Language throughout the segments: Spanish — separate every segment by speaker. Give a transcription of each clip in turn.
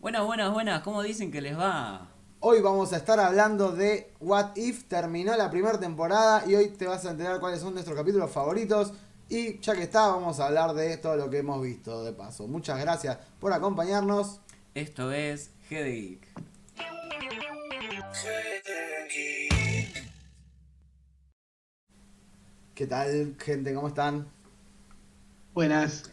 Speaker 1: Buenas, buenas, buenas. ¿Cómo dicen que les va?
Speaker 2: Hoy vamos a estar hablando de What If terminó la primera temporada y hoy te vas a enterar cuáles son nuestros capítulos favoritos. Y ya que está, vamos a hablar de todo lo que hemos visto de paso. Muchas gracias por acompañarnos.
Speaker 1: Esto es G de Geek.
Speaker 2: ¿Qué tal, gente? ¿Cómo están?
Speaker 3: Buenas.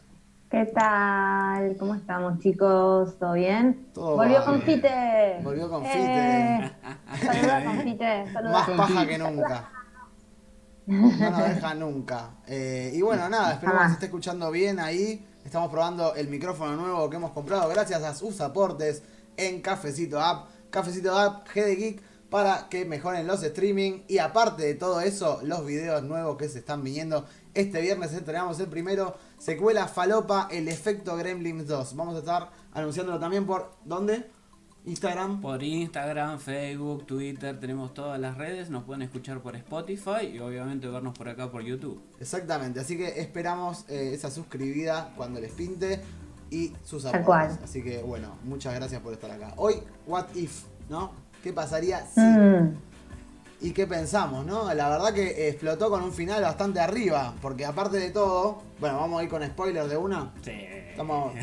Speaker 4: ¿Qué tal? ¿Cómo estamos, chicos? ¿Todo bien?
Speaker 2: Todo
Speaker 4: Volvió
Speaker 2: va
Speaker 4: Confite.
Speaker 2: Volvió Confite.
Speaker 4: Eh, Saludos, Confite. Saludos.
Speaker 2: Más paja que nunca. No nos deja nunca. Eh, y bueno, nada, esperemos que se esté escuchando bien ahí. Estamos probando el micrófono nuevo que hemos comprado gracias a sus aportes en Cafecito App. Cafecito App, GD Geek, para que mejoren los streaming. Y aparte de todo eso, los videos nuevos que se están viniendo. Este viernes estrenamos el primero, secuela Falopa, el efecto Gremlins 2. Vamos a estar anunciándolo también por, ¿dónde? Instagram.
Speaker 1: Por Instagram, Facebook, Twitter, tenemos todas las redes. Nos pueden escuchar por Spotify y obviamente vernos por acá por YouTube.
Speaker 2: Exactamente, así que esperamos eh, esa suscribida cuando les pinte y sus
Speaker 4: Tal
Speaker 2: aportes.
Speaker 4: cual.
Speaker 2: Así que bueno, muchas gracias por estar acá. Hoy, what if, ¿no? ¿Qué pasaría si?
Speaker 4: Mm,
Speaker 2: ¿Y qué pensamos, no? La verdad que explotó con un final bastante arriba, porque aparte de todo, bueno, vamos a ir con spoilers de una.
Speaker 1: Sí.
Speaker 2: Estamos,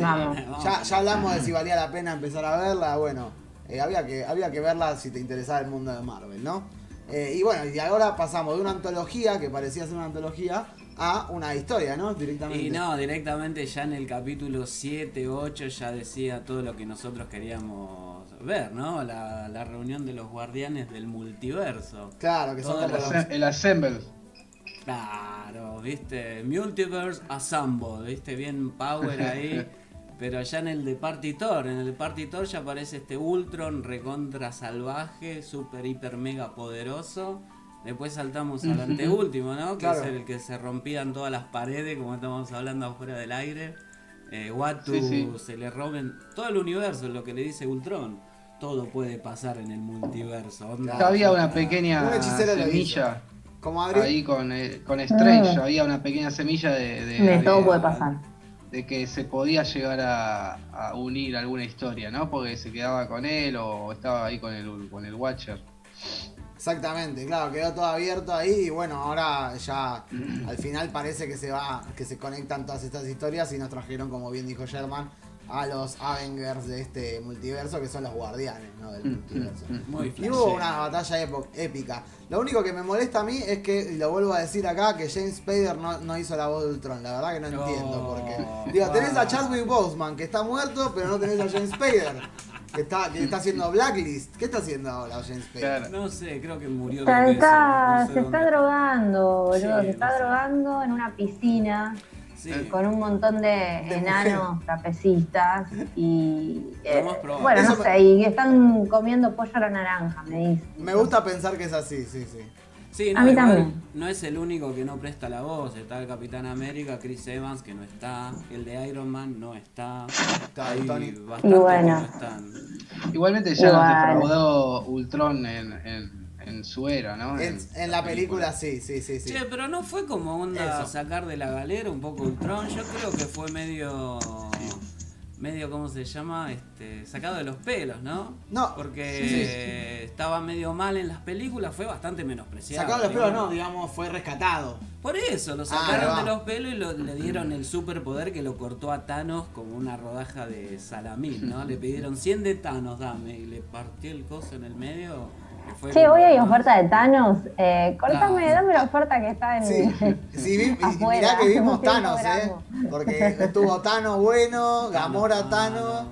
Speaker 4: Vamos.
Speaker 2: ya, ya hablamos de si valía la pena empezar a verla, bueno, eh, había, que, había que verla si te interesaba el mundo de Marvel, ¿no? Eh, y bueno, y ahora pasamos de una antología, que parecía ser una antología, a una historia, ¿no? Directamente.
Speaker 1: Y no, directamente ya en el capítulo 7, 8 ya decía todo lo que nosotros queríamos ver, ¿no? La, la reunión de los guardianes del multiverso.
Speaker 2: Claro, que son
Speaker 1: Todo
Speaker 3: El,
Speaker 2: como
Speaker 1: lo-
Speaker 2: los-
Speaker 3: ase- el Assemble.
Speaker 1: Claro, viste, Multiverse Assemble, viste, bien power ahí. Pero ya en el de Partitor, en el de Partitor ya aparece este Ultron recontra salvaje, super, hiper, mega poderoso. Después saltamos al anteúltimo, ¿no? Que
Speaker 2: Claro.
Speaker 1: es el que se rompían todas las paredes, como estamos hablando afuera del aire. Eh, Watu
Speaker 3: Sí, sí.
Speaker 1: se le rompen todo el universo, es lo que le dice Ultron. Todo puede pasar en el multiverso. onda.
Speaker 2: Claro.
Speaker 3: Había una pequeña
Speaker 2: Un hechicero lo
Speaker 3: semilla
Speaker 2: Como Adri.
Speaker 3: ahí con, eh, con Strange. Había una pequeña semilla de, de-
Speaker 4: de
Speaker 3: de-
Speaker 4: todo puede pasar.
Speaker 3: de que se podía llegar a, a unir alguna historia, ¿no? Porque se quedaba con él o estaba ahí con el, con el Watcher.
Speaker 2: Exactamente, claro, quedó todo abierto ahí y bueno, ahora ya al final parece que se va, que se conectan todas estas historias y nos trajeron, como bien dijo Sherman, a los Avengers de este multiverso, que son los guardianes, ¿no? Del multiverso.
Speaker 1: Muy
Speaker 2: Y
Speaker 1: flashero.
Speaker 2: hubo una batalla epo- épica. Lo único que me molesta a mí es que, y lo vuelvo a decir acá, que James Spader no, no hizo la voz de Ultron. La verdad que no
Speaker 1: No,
Speaker 2: entiendo por qué. Digo, tenés a Chadwick Boseman, que está muerto, pero no tenés a James Spader, que está, que está haciendo Blacklist. ¿Qué está haciendo ahora James Spader?
Speaker 3: Claro.
Speaker 1: No sé, creo que murió. de
Speaker 4: Se
Speaker 1: peso,
Speaker 4: está,
Speaker 1: no sé
Speaker 4: se
Speaker 1: dónde.
Speaker 4: está drogando, boludo.
Speaker 1: Sí,
Speaker 4: se está
Speaker 1: no sé.
Speaker 4: drogando en una piscina
Speaker 1: Sí.
Speaker 4: con un montón de, enanos trapecistas y. eh,
Speaker 1: más probable.
Speaker 4: bueno,
Speaker 2: Eso
Speaker 4: no
Speaker 2: me-
Speaker 4: sé, y que están comiendo pollo a la naranja, me dice.
Speaker 2: Me gusta pensar que es así, sí, sí.
Speaker 1: Sí,
Speaker 4: A mí
Speaker 1: igual
Speaker 4: también.
Speaker 1: No es el único que no presta la voz. Está el Capitán América, Chris Evans, que no está. El de Iron Man no está.
Speaker 2: Está
Speaker 1: Hay
Speaker 2: Tony.
Speaker 1: bastantes
Speaker 4: Y bueno.
Speaker 1: que no están.
Speaker 3: Igualmente ya nos
Speaker 4: Igual.
Speaker 3: defraudó Ultron en, en- en su era, ¿no?
Speaker 2: En, en la película sí, sí, sí, sí.
Speaker 1: Che, pero no fue como onda
Speaker 2: Eso.
Speaker 1: sacar de la galera un poco Ultron. Yo creo que fue medio. medio, ¿cómo se llama? Este, sacado de los pelos, ¿no?
Speaker 2: No,
Speaker 1: Porque
Speaker 2: sí, sí, sí.
Speaker 1: estaba medio mal en las películas, fue bastante menospreciado.
Speaker 2: Sacado los pelos,
Speaker 1: digamos.
Speaker 2: no, digamos, fue rescatado.
Speaker 1: Por eso, lo
Speaker 2: Ah,
Speaker 1: sacaron
Speaker 2: ahí va.
Speaker 1: de los pelos y lo- le dieron el superpoder que lo cortó a Thanos como una rodaja de salamín, ¿no? Le pidieron 100 de Thanos, dame, y le partió el coso en el medio. que fue
Speaker 4: Che,
Speaker 1: como-
Speaker 4: hoy hay oferta de Thanos. Eh,
Speaker 1: Ah.
Speaker 4: cortame, dame la oferta que está en.
Speaker 2: Sí, sí vi- y- y mirá
Speaker 4: Afuera,
Speaker 2: que vimos
Speaker 4: un
Speaker 2: Thanos, ¿eh?
Speaker 4: kilogramo.
Speaker 2: Porque estuvo Thanos bueno, Gamora Thanos,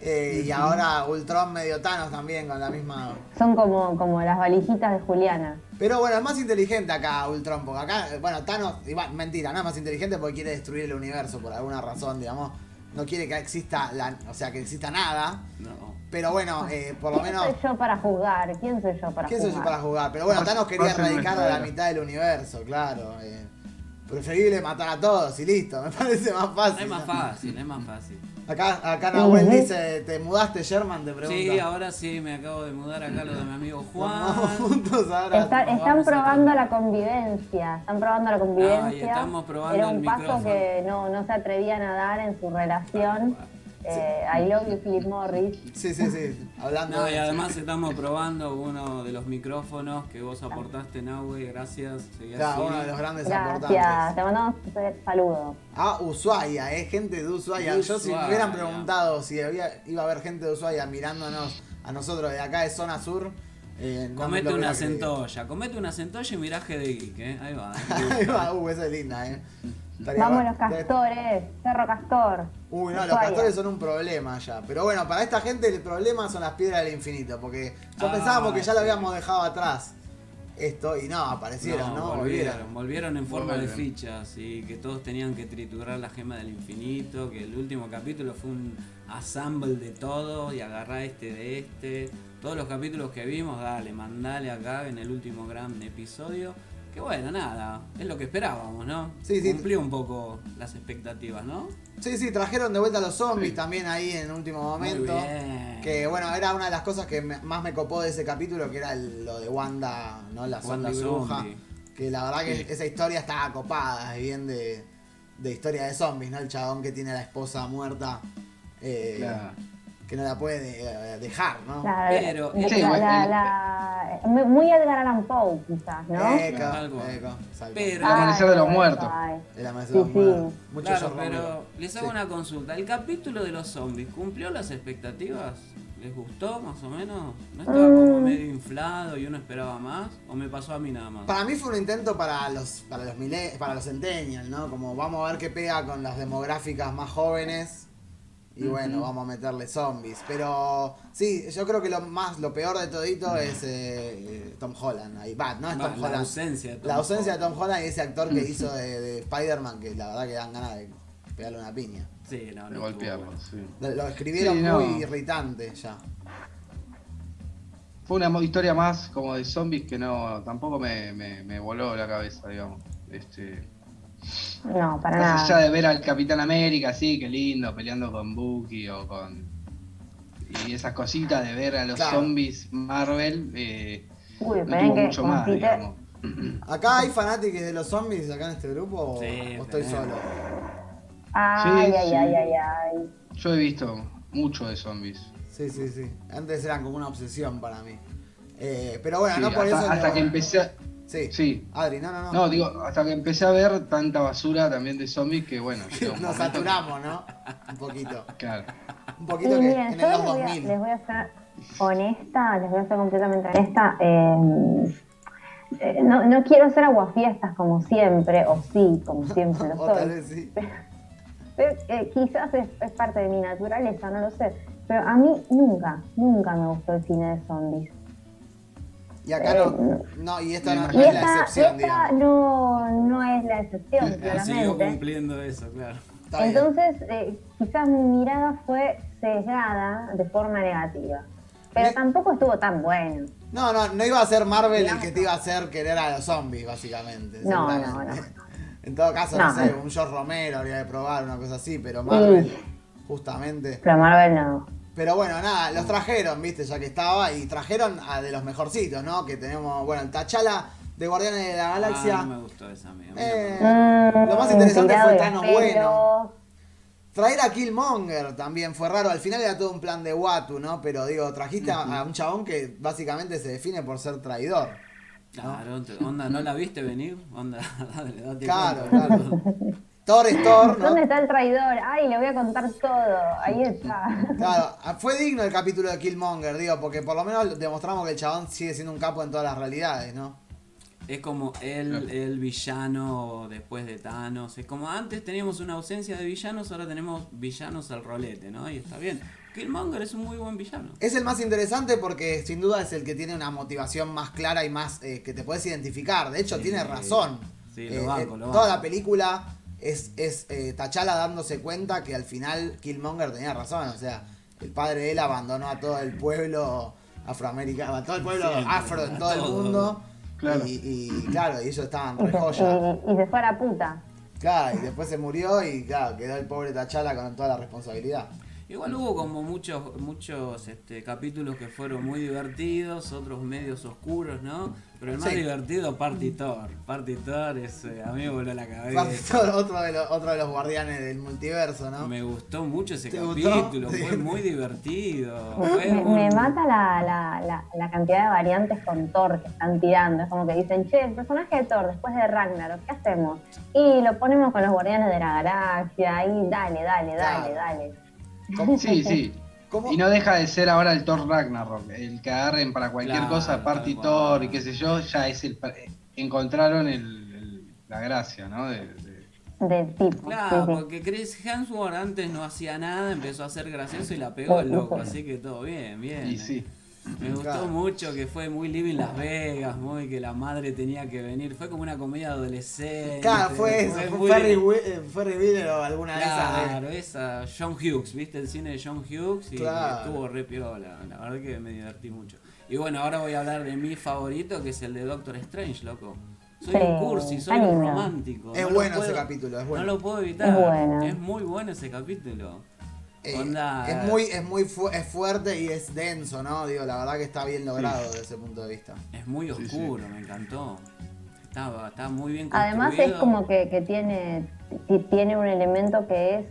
Speaker 2: eh, y ahora Ultron medio Thanos también con la misma...
Speaker 4: Son como, como las valijitas de Juliana.
Speaker 2: Pero bueno, es más inteligente acá Ultron, porque acá, eh, bueno, Thanos, y va- mentira, no es más inteligente porque quiere destruir el universo por alguna razón, digamos. No quiere que exista, la, o sea, que exista nada.
Speaker 1: No.
Speaker 2: Pero bueno, eh, por lo
Speaker 4: ¿Quién
Speaker 2: menos...
Speaker 4: soy yo para juzgar? ¿Quién soy yo para
Speaker 2: ¿Qué es
Speaker 4: juzgar?
Speaker 2: eso para jugar? Pero bueno,
Speaker 3: Más-
Speaker 2: Thanos quería
Speaker 3: más en
Speaker 2: erradicar a
Speaker 3: nuestra
Speaker 2: la
Speaker 3: era.
Speaker 2: mitad del universo, claro. eh. preferible matar a todos y listo, me parece más fácil.
Speaker 1: Es más fácil, es más fácil.
Speaker 2: Acá, acá Nahuel
Speaker 4: Ujú.
Speaker 2: dice, ¿te mudaste, Sherman? Te pregunta.
Speaker 1: Sí, ahora sí, me acabo de mudar acá lo de mi amigo
Speaker 2: Nos mudamos
Speaker 1: Juan.
Speaker 2: juntos ahora.
Speaker 4: Está-
Speaker 1: Vamos
Speaker 4: están
Speaker 1: a
Speaker 4: probando
Speaker 1: tratar.
Speaker 4: la convivencia, están probando la convivencia.
Speaker 1: estamos probando
Speaker 4: Era
Speaker 1: el
Speaker 4: un paso
Speaker 1: micrófono.
Speaker 4: que no, no se atrevían a dar en su relación. eh, I love you, Philip Morris.
Speaker 2: Sí, sí, sí. Hablando
Speaker 1: No, y
Speaker 2: de-
Speaker 1: además estamos probando uno de los micrófonos que vos aportaste, Nahue. Gracias. seguí
Speaker 2: Claro,
Speaker 1: así.
Speaker 2: uno de los grandes
Speaker 4: Gracias,
Speaker 2: aportantes.
Speaker 4: te mandamos un saludo.
Speaker 2: Ah, Ushuaia, eh, gente de Ushuaia.
Speaker 1: De
Speaker 2: Yo si me
Speaker 1: Ushuaia.
Speaker 2: hubieran preguntado si había, iba a haber gente de Ushuaia mirándonos a nosotros de acá de zona sur, eh, no me
Speaker 1: Comete
Speaker 2: lo
Speaker 1: una
Speaker 2: hubiera creído.
Speaker 1: centolla, comete una centolla y miraje de geek, ¿eh? Ahí va.
Speaker 2: Ahí va, uh, esa es linda, eh. Estaría
Speaker 4: Vamos los
Speaker 2: bastante-
Speaker 4: castores, Cerro Castor.
Speaker 2: Uy, no, los
Speaker 4: Ushuaia.
Speaker 2: castores son un problema ya. Pero bueno, para esta gente el problema son las piedras del infinito, porque ya
Speaker 1: Ah,
Speaker 2: pensábamos que ya
Speaker 1: sí.
Speaker 2: lo habíamos dejado atrás. Esto, y no, aparecieron, ¿no? Volvieron.
Speaker 1: volvieron, volvieron en forma de
Speaker 3: Volvieron.
Speaker 1: fichas y que todos tenían que triturar la gema del infinito, que el último capítulo fue un assemble de todo y agarrar este de este. Todos los capítulos que vimos, dale, mandale acá en el último gran episodio. Que bueno, nada, es lo que esperábamos, ¿no?
Speaker 2: Sí, sí.
Speaker 1: Cumplió un poco las expectativas, ¿no?
Speaker 2: Sí, sí, trajeron de vuelta a los zombies también ahí en último momento.
Speaker 1: Muy bien.
Speaker 2: Que bueno, era una de las cosas que me- más me copó de ese capítulo, que era el- lo de Wanda, ¿no? La
Speaker 1: Wanda
Speaker 2: zombie bruja.
Speaker 1: zombie.
Speaker 2: Que la verdad que
Speaker 3: Sí.
Speaker 2: esa historia estaba copada, es bien de, de historia de zombies, ¿no? El chabón que tiene a la esposa muerta, eh,
Speaker 3: Claro.
Speaker 2: que no la puede eh, dejar, ¿no?
Speaker 4: Claro,
Speaker 1: Pero-
Speaker 4: la-
Speaker 3: Sí,
Speaker 4: la-
Speaker 3: bueno,
Speaker 4: la-
Speaker 3: el-
Speaker 4: la- muy- muy Edgar Allan Poe, quizás, ¿no?
Speaker 2: Eco,
Speaker 1: Algo.
Speaker 2: eco, exacto.
Speaker 1: Pero-
Speaker 4: Ay,
Speaker 3: amanecer de los
Speaker 4: ay,
Speaker 3: muertos.
Speaker 4: ay.
Speaker 2: El amanecer
Speaker 4: Sí,
Speaker 2: de los
Speaker 4: sí.
Speaker 2: muertos. Mucho
Speaker 1: Claro,
Speaker 2: George Romero.
Speaker 1: pero les hago
Speaker 2: Sí.
Speaker 1: una consulta. ¿El capítulo de los zombies cumplió las expectativas? ¿Les gustó más o menos? ¿No estaba como medio inflado y uno esperaba más? ¿O me pasó a mí nada más?
Speaker 2: Para mí fue un intento para los para los mile- para los centennials, ¿no? Como vamos a ver qué pega con las demográficas más jóvenes y bueno, vamos a meterle zombies, pero sí, yo creo que lo más lo peor de todito es eh, Tom Holland, ahí va, no es
Speaker 1: Va,
Speaker 2: Tom
Speaker 1: la
Speaker 2: Holland.
Speaker 1: ausencia de Tom
Speaker 2: La ausencia de
Speaker 1: Holland.
Speaker 2: Tom Holland y ese actor que hizo de, de Spider-Man que la verdad que dan ganas de pegarle una piña.
Speaker 1: Sí, no,
Speaker 3: De
Speaker 1: no
Speaker 3: golpearlo,
Speaker 1: estuvo
Speaker 3: sí.
Speaker 2: Lo, lo escribieron
Speaker 3: Sí, no.
Speaker 2: muy irritante ya.
Speaker 3: Fue una mo- historia más como de zombies que no tampoco me, me- me voló la cabeza, digamos. Este,
Speaker 4: No, para
Speaker 3: más allá
Speaker 4: nada.
Speaker 3: de ver al Capitán América, sí, qué lindo, peleando con Bucky o con... Y esas cositas de ver a los
Speaker 2: Claro.
Speaker 3: zombies Marvel, eh,
Speaker 4: Uy,
Speaker 3: no
Speaker 4: pero
Speaker 3: tuvo
Speaker 4: que
Speaker 3: mucho más,
Speaker 4: compite-
Speaker 3: digamos.
Speaker 2: ¿Acá hay fanáticos de los zombies acá en este grupo o,
Speaker 1: Sí,
Speaker 2: o estoy
Speaker 1: tenemos.
Speaker 2: solo?
Speaker 4: Ay,
Speaker 3: Sí,
Speaker 4: ay,
Speaker 3: sí.
Speaker 4: ay, ay, ay.
Speaker 3: Yo he visto mucho de zombies.
Speaker 2: Sí, sí, sí. Antes eran como una obsesión para mí. Eh, pero bueno,
Speaker 3: Sí,
Speaker 2: no por
Speaker 3: hasta,
Speaker 2: eso.
Speaker 3: hasta
Speaker 2: no-
Speaker 3: que empecé a-
Speaker 2: Sí.
Speaker 3: Sí.
Speaker 2: Adri, no, no, no.
Speaker 3: No, digo, hasta que empecé a ver tanta basura también de zombies que bueno, llegó un
Speaker 2: Nos
Speaker 3: momento que-
Speaker 2: saturamos, ¿no? Un poquito.
Speaker 3: Claro.
Speaker 2: Un
Speaker 4: Sí,
Speaker 2: poquito que
Speaker 4: miren,
Speaker 2: en
Speaker 4: yo
Speaker 2: el
Speaker 4: les
Speaker 2: los
Speaker 4: voy, a,
Speaker 2: 2000.
Speaker 4: les voy a ser honesta, les voy a ser completamente honesta. eh, eh, no, no quiero ser aguafiestas como siempre, o sí, como siempre lo
Speaker 2: O tal
Speaker 4: soy.
Speaker 2: vez sí.
Speaker 4: Pero, eh, quizás es, es parte de mi naturaleza, no lo sé. Pero a mí nunca, nunca me gustó el cine de zombies.
Speaker 2: Y acá no. No, y esta no,
Speaker 3: Y
Speaker 2: no
Speaker 4: Y
Speaker 2: es la
Speaker 4: esta,
Speaker 2: excepción,
Speaker 4: esta
Speaker 2: digamos.
Speaker 4: no, no es la excepción,
Speaker 1: bueno. Siguió
Speaker 4: claramente.
Speaker 1: cumpliendo eso, claro.
Speaker 2: Está bien.
Speaker 4: Entonces, eh, quizás mi mirada fue sesgada de forma negativa. Pero
Speaker 2: Bien.
Speaker 4: tampoco estuvo tan bueno.
Speaker 2: No, no, no iba a ser Marvel el que te iba a hacer querer a los zombies, básicamente.
Speaker 4: No, no,
Speaker 2: seguramente. En todo caso, no,
Speaker 4: No,
Speaker 2: sé,
Speaker 4: no.
Speaker 2: un George Romero habría de probar, una cosa así, pero Marvel, justamente.
Speaker 4: Pero Marvel no.
Speaker 2: Pero bueno, nada, los trajeron, viste, ya que estaba, y trajeron a de los mejorcitos, ¿no? Que tenemos, bueno, el Tachala de Guardianes de la Galaxia.
Speaker 1: Ah, no me gustó esa, amiga.
Speaker 2: Eh,
Speaker 4: Mm,
Speaker 2: lo más interesante
Speaker 4: tirado
Speaker 2: fue
Speaker 4: de
Speaker 2: Thanos
Speaker 4: pelo.
Speaker 2: bueno. Traer a Killmonger también fue raro, al final era todo un plan de Watu, ¿no? Pero digo, trajiste a- a un chabón que básicamente se define por ser traidor.
Speaker 1: Claro, te- onda, ¿no la viste venir? Onda, dale, date
Speaker 2: Claro,
Speaker 1: cuenta.
Speaker 2: claro. Thor es Thor, ¿no?
Speaker 4: ¿Dónde está el traidor? Ay, le voy a contar todo. Ahí está.
Speaker 2: Claro, ah, fue digno el capítulo de Killmonger, digo, porque por lo menos demostramos que el chabón sigue siendo un capo en todas las realidades, ¿no?
Speaker 1: Es como el, el villano después de Thanos. Es como antes teníamos una ausencia de villanos, ahora tenemos villanos al rolete, ¿no? Y está bien. Killmonger es un muy buen villano.
Speaker 2: Es el más interesante porque sin duda es el que tiene una motivación más clara y más eh, que te puedes identificar. De hecho,
Speaker 1: Sí.
Speaker 2: tiene razón. Eh,
Speaker 1: Sí, lo banco, lo
Speaker 2: Toda
Speaker 1: banco.
Speaker 2: la película es, es eh, T'Challa dándose cuenta que al final Killmonger tenía razón. O sea, el padre de él abandonó a todo el pueblo afroamericano, a todo el pueblo
Speaker 1: Siempre,
Speaker 2: afro en
Speaker 1: a
Speaker 2: todo el
Speaker 1: todo.
Speaker 2: mundo.
Speaker 3: Claro.
Speaker 2: Y, y, claro, y ellos estaban
Speaker 4: Y
Speaker 2: re
Speaker 4: se-
Speaker 2: joya.
Speaker 4: y- y se fue a la puta.
Speaker 2: Claro, y después se murió y claro, quedó el pobre T'Challa con toda la responsabilidad.
Speaker 1: Igual hubo como muchos, muchos este, capítulos que fueron muy divertidos, otros medios oscuros, ¿no? Pero el más
Speaker 2: Sí.
Speaker 1: divertido, Partitor. Partitor es, eh, a mí me voló la cabeza.
Speaker 2: Factor, otro, de los, otro de los guardianes del multiverso, ¿no?
Speaker 1: Me gustó mucho ese
Speaker 2: ¿Te gustó?
Speaker 1: capítulo, fue
Speaker 2: Sí.
Speaker 1: muy divertido.
Speaker 4: Me,
Speaker 1: fue
Speaker 4: me- me
Speaker 1: un-
Speaker 4: mata la, la- la- la cantidad de variantes con Thor que están tirando. Es como que dicen, che, el personaje de Thor después de Ragnarok, ¿qué hacemos? Y lo ponemos con los guardianes de la galaxia y dale, dale, dale,
Speaker 2: Claro.
Speaker 4: dale.
Speaker 2: ¿Cómo-
Speaker 3: Sí, sí.
Speaker 2: cómo-
Speaker 3: Y no deja de ser ahora el Thor Ragnarok. El que agarren para cualquier
Speaker 1: Claro,
Speaker 3: cosa, Party
Speaker 1: tal cual.
Speaker 3: Thor y qué sé yo, ya es el. per- Encontraron el- el- la gracia, ¿no? De- de-
Speaker 4: Del tipo.
Speaker 1: Claro,
Speaker 4: sí, sí.
Speaker 1: porque Chris Hemsworth antes no hacía nada, empezó a ser gracioso y la pegó
Speaker 2: Ah,
Speaker 1: el loco, así que todo bien, bien. eh.
Speaker 3: y sí.
Speaker 1: Me gustó
Speaker 2: Claro.
Speaker 1: mucho que fue muy Living Las Vegas, muy que la madre tenía que venir. Fue como una comedia adolescente.
Speaker 2: Claro, fue eso.
Speaker 1: muy-
Speaker 2: Fue Ferry, Wi- eh, Ferry Wheeler o alguna de esas. de-
Speaker 1: Claro, esa, John Hughes, viste el cine de John Hughes y
Speaker 2: Claro.
Speaker 1: estuvo re piola, la verdad que me divertí mucho. Y bueno, ahora voy a hablar de mi favorito, que es el de Doctor Strange, loco. Soy un
Speaker 4: Sí,
Speaker 1: cursi,
Speaker 4: está
Speaker 1: soy un
Speaker 4: lindo.
Speaker 1: romántico.
Speaker 2: Es
Speaker 1: no lo
Speaker 2: bueno ese
Speaker 1: puedo-
Speaker 2: capítulo, es bueno.
Speaker 1: No lo puedo evitar.
Speaker 4: Es bueno.
Speaker 1: Es muy bueno ese capítulo.
Speaker 2: Eh,
Speaker 1: Onda-
Speaker 2: es muy, es muy fu- es fuerte y es denso, ¿no? Digo, la verdad que está bien logrado desde ese punto de vista.
Speaker 1: Es muy
Speaker 3: Sí, sí.
Speaker 1: oscuro, me encantó. Estaba, estaba muy bien construido.
Speaker 4: Además es como que, que tiene, ti- tiene un elemento que es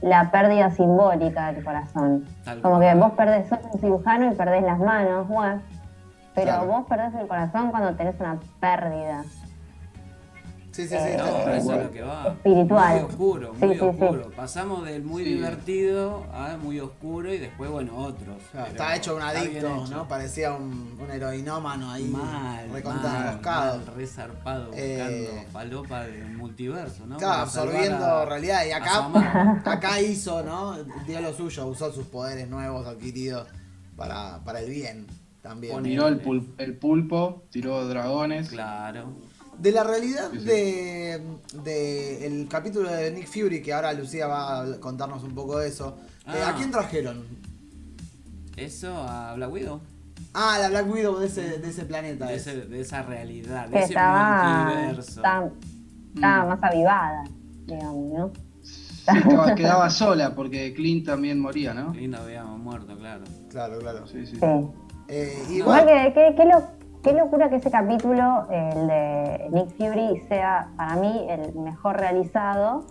Speaker 4: la pérdida simbólica del corazón.
Speaker 1: Tal
Speaker 4: Como que
Speaker 1: cual.
Speaker 4: vos perdés, sos un cirujano y perdés las manos, bueno, pero
Speaker 2: Claro.
Speaker 4: vos perdés el corazón cuando tenés una pérdida.
Speaker 2: Sí, sí, sí.
Speaker 4: Eh,
Speaker 2: está-
Speaker 1: No,
Speaker 3: Tal
Speaker 1: eso es
Speaker 3: cual.
Speaker 1: lo que va.
Speaker 4: Espiritual.
Speaker 1: Muy oscuro, muy
Speaker 4: Sí, sí, sí.
Speaker 1: oscuro. Pasamos del muy
Speaker 3: Sí.
Speaker 1: divertido a muy oscuro y después, bueno, otros.
Speaker 2: Claro,
Speaker 1: Pero
Speaker 2: estaba hecho un
Speaker 1: está bien
Speaker 2: adicto,
Speaker 1: hecho.
Speaker 2: ¿no? Parecía un, un heroinómano ahí.
Speaker 1: Mal,
Speaker 2: recontra
Speaker 1: mal,
Speaker 2: enroscado.
Speaker 1: mal, re zarpado,
Speaker 2: Eh,
Speaker 1: buscando palopa del multiverso, ¿no?
Speaker 2: Claro,
Speaker 1: Para salvar
Speaker 2: absorbiendo
Speaker 1: a-
Speaker 2: realidad. Y
Speaker 1: a
Speaker 2: acá,
Speaker 1: Samara.
Speaker 2: acá hizo, ¿no? Dio lo suyo, usó sus poderes nuevos adquiridos para, para el bien también.
Speaker 1: Pone-
Speaker 3: Tiró el, pul- el pulpo, tiró dragones.
Speaker 1: eh, Claro.
Speaker 2: De la realidad
Speaker 3: Sí, sí.
Speaker 2: de, de el capítulo de Nick Fury, que ahora Lucía va a contarnos un poco de eso. eh,
Speaker 1: Ah.
Speaker 2: ¿A quién trajeron?
Speaker 1: Eso a Black Widow,
Speaker 2: Ah, la Black Widow de ese, de ese planeta.
Speaker 1: de,
Speaker 2: es.
Speaker 1: ese- de esa realidad, de
Speaker 4: que
Speaker 1: ese
Speaker 4: estaba,
Speaker 1: multiverso. Mm.
Speaker 4: estaba- estaba más avivada, digamos, ¿no?
Speaker 3: Sí, estaba- quedaba sola porque Clint también moría, ¿no?
Speaker 1: Lindo habíamos muerto, claro.
Speaker 2: Claro, claro.
Speaker 3: Sí, sí.
Speaker 4: Sí.
Speaker 2: Eh, y
Speaker 4: Igual
Speaker 2: bueno,
Speaker 4: que, que- que lo- qué locura que ese capítulo, el de Nick Fury, sea para mí el mejor realizado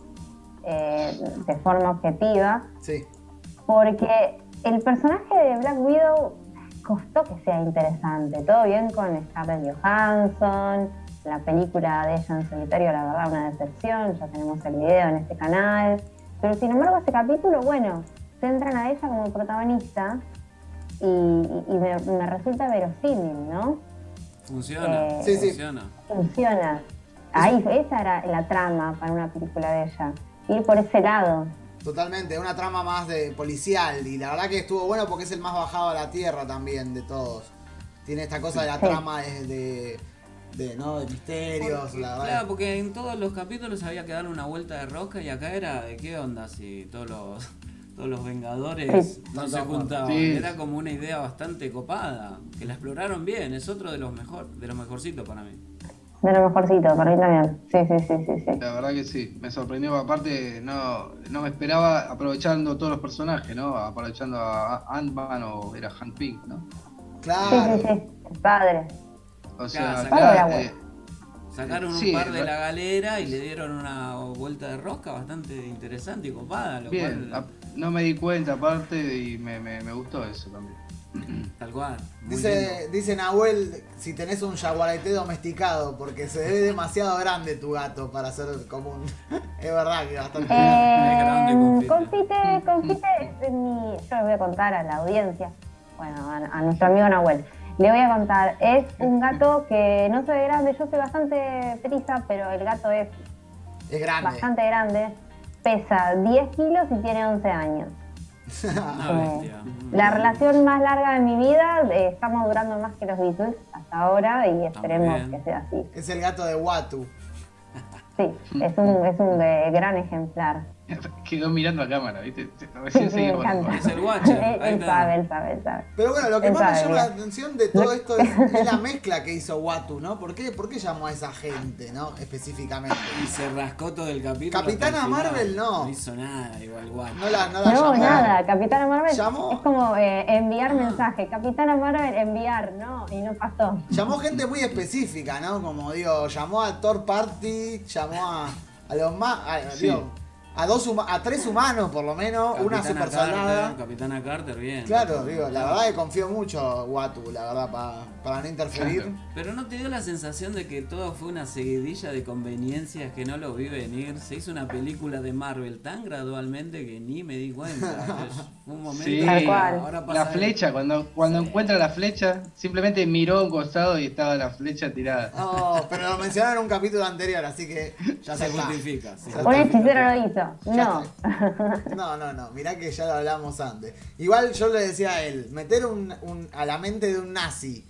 Speaker 4: eh, de forma objetiva,
Speaker 2: sí.
Speaker 4: porque el personaje de Black Widow costó que sea interesante. Todo bien con Scarlett Johansson, la película de ella en solitario, la verdad, una decepción, ya tenemos el video en este canal. Pero sin embargo, ese capítulo, bueno, centran a ella como protagonista y, y- y me, me resulta verosímil, ¿no?
Speaker 1: Funciona,
Speaker 4: Eh,
Speaker 2: Sí, sí.
Speaker 1: funciona.
Speaker 4: Funciona. Ahí, esa era la trama para una película de ella, ir por ese lado.
Speaker 2: Totalmente, una trama más de policial y la verdad que estuvo bueno porque es el más bajado a la tierra también de todos. Tiene esta cosa de la
Speaker 4: Sí.
Speaker 2: trama de, de, de, ¿no? de misterios,
Speaker 1: Porque,
Speaker 2: la
Speaker 1: claro,
Speaker 2: verdad.
Speaker 1: porque en todos los capítulos había que dar una vuelta de rosca y acá era de qué onda si todos los, todos los Vengadores
Speaker 4: Sí.
Speaker 1: no
Speaker 2: Están
Speaker 1: se
Speaker 2: todos
Speaker 1: juntaban.
Speaker 3: muertos. Sí.
Speaker 1: Era como una idea bastante copada, que la exploraron bien, es otro de los mejor, de los mejorcitos para mí.
Speaker 4: De lo mejorcito, para mí también. Sí, sí, sí, sí. sí.
Speaker 3: La verdad que sí, me sorprendió, aparte no, no me esperaba aprovechando todos los personajes, ¿no? Aprovechando a a Ant-Man o era Han Pink, ¿no?
Speaker 4: Sí,
Speaker 2: Claro,
Speaker 4: sí, sí. Padre.
Speaker 3: O sea,
Speaker 1: Claro,
Speaker 3: acá,
Speaker 4: sacaron-
Speaker 3: eh,
Speaker 1: Sacaron un
Speaker 3: Sí,
Speaker 1: par de
Speaker 3: la-
Speaker 1: la galera y le dieron una vuelta de rosca bastante interesante y copada, lo
Speaker 3: bien,
Speaker 1: cual,
Speaker 2: ah.
Speaker 3: ap- no me di cuenta aparte y me, me- me gustó eso también.
Speaker 1: tal cual. muy lindo.
Speaker 2: Dice, dice Nahuel, si tenés un jaguarete domesticado, porque se ve demasiado grande tu gato para ser común. es verdad que bastante.
Speaker 1: grande
Speaker 4: Eh,
Speaker 1: confite.
Speaker 4: confite, confite es mi. Yo les voy a contar a la audiencia, bueno, a, a nuestro amigo Nahuel. Le voy a contar, es un gato que no se ve grande, yo soy bastante prisa, pero el gato es
Speaker 2: Es grande.
Speaker 4: bastante grande, pesa 10 kilos y tiene 11 años.
Speaker 1: Una
Speaker 4: Eh,
Speaker 1: bestia. Mm.
Speaker 4: la relación más larga de mi vida, eh, estamos durando más que los Beatles hasta ahora y esperemos
Speaker 1: bien.
Speaker 4: que sea así.
Speaker 2: Es el gato de Watu.
Speaker 1: Mm.
Speaker 4: Sí, es un, es un eh, gran ejemplar.
Speaker 3: Quedó mirando a cámara, ¿viste? Recién
Speaker 4: Sí,
Speaker 3: se
Speaker 4: me
Speaker 3: dio cuenta.
Speaker 4: encanta.
Speaker 1: Es el guacho.
Speaker 4: Él,
Speaker 1: ahí
Speaker 4: él
Speaker 1: está.
Speaker 4: sabe, él sabe, él sabe.
Speaker 2: Pero bueno, lo que
Speaker 4: Él
Speaker 2: más me
Speaker 4: sabe,
Speaker 2: llama la
Speaker 4: bien.
Speaker 2: atención de todo esto es, es la mezcla que hizo Watu, ¿no? ¿Por qué, ¿Por qué llamó a esa gente, ¿no? Específicamente.
Speaker 1: Y se rascó todo el capítulo.
Speaker 2: Capitana
Speaker 1: hasta el final.
Speaker 2: Marvel, no.
Speaker 1: No hizo nada, igual guacho.
Speaker 2: No la, no la
Speaker 4: No,
Speaker 2: llamó.
Speaker 4: nada, Capitana Marvel
Speaker 2: Llamó.
Speaker 4: es como eh, enviar mensaje. Capitana Marvel, enviar, no, y no pasó.
Speaker 2: Llamó gente muy específica, ¿no? Como digo, llamó a Thor Party, llamó a, a los más. A,
Speaker 3: Sí.
Speaker 2: digo, a, dos huma- a tres humanos, por lo menos, una super
Speaker 1: Carter,
Speaker 2: soldada.
Speaker 1: Capitana Carter, bien.
Speaker 2: Claro, digo, la verdad que confío mucho Watu, la verdad, pa- para no interferir.
Speaker 1: Pero no te dio la sensación de que todo fue una seguidilla de conveniencias que no lo vi venir. Se hizo una película de Marvel tan gradualmente que ni me di cuenta. Es- Fue un momento.
Speaker 3: Sí.
Speaker 4: Tal cual.
Speaker 1: Ahora pasa
Speaker 3: La flecha, cuando, cuando encuentra la flecha, simplemente miró a un costado y estaba la flecha tirada.
Speaker 2: No, pero lo mencionaron en un capítulo anterior, así que ya
Speaker 1: Se
Speaker 2: se está.
Speaker 1: justifica. sí.
Speaker 4: Un hechicero lo hizo.
Speaker 2: Ya
Speaker 4: No.
Speaker 2: está. No, no, no. Mirá que ya lo hablamos antes. Igual yo le decía a él, meter un, un- a la mente de un nazi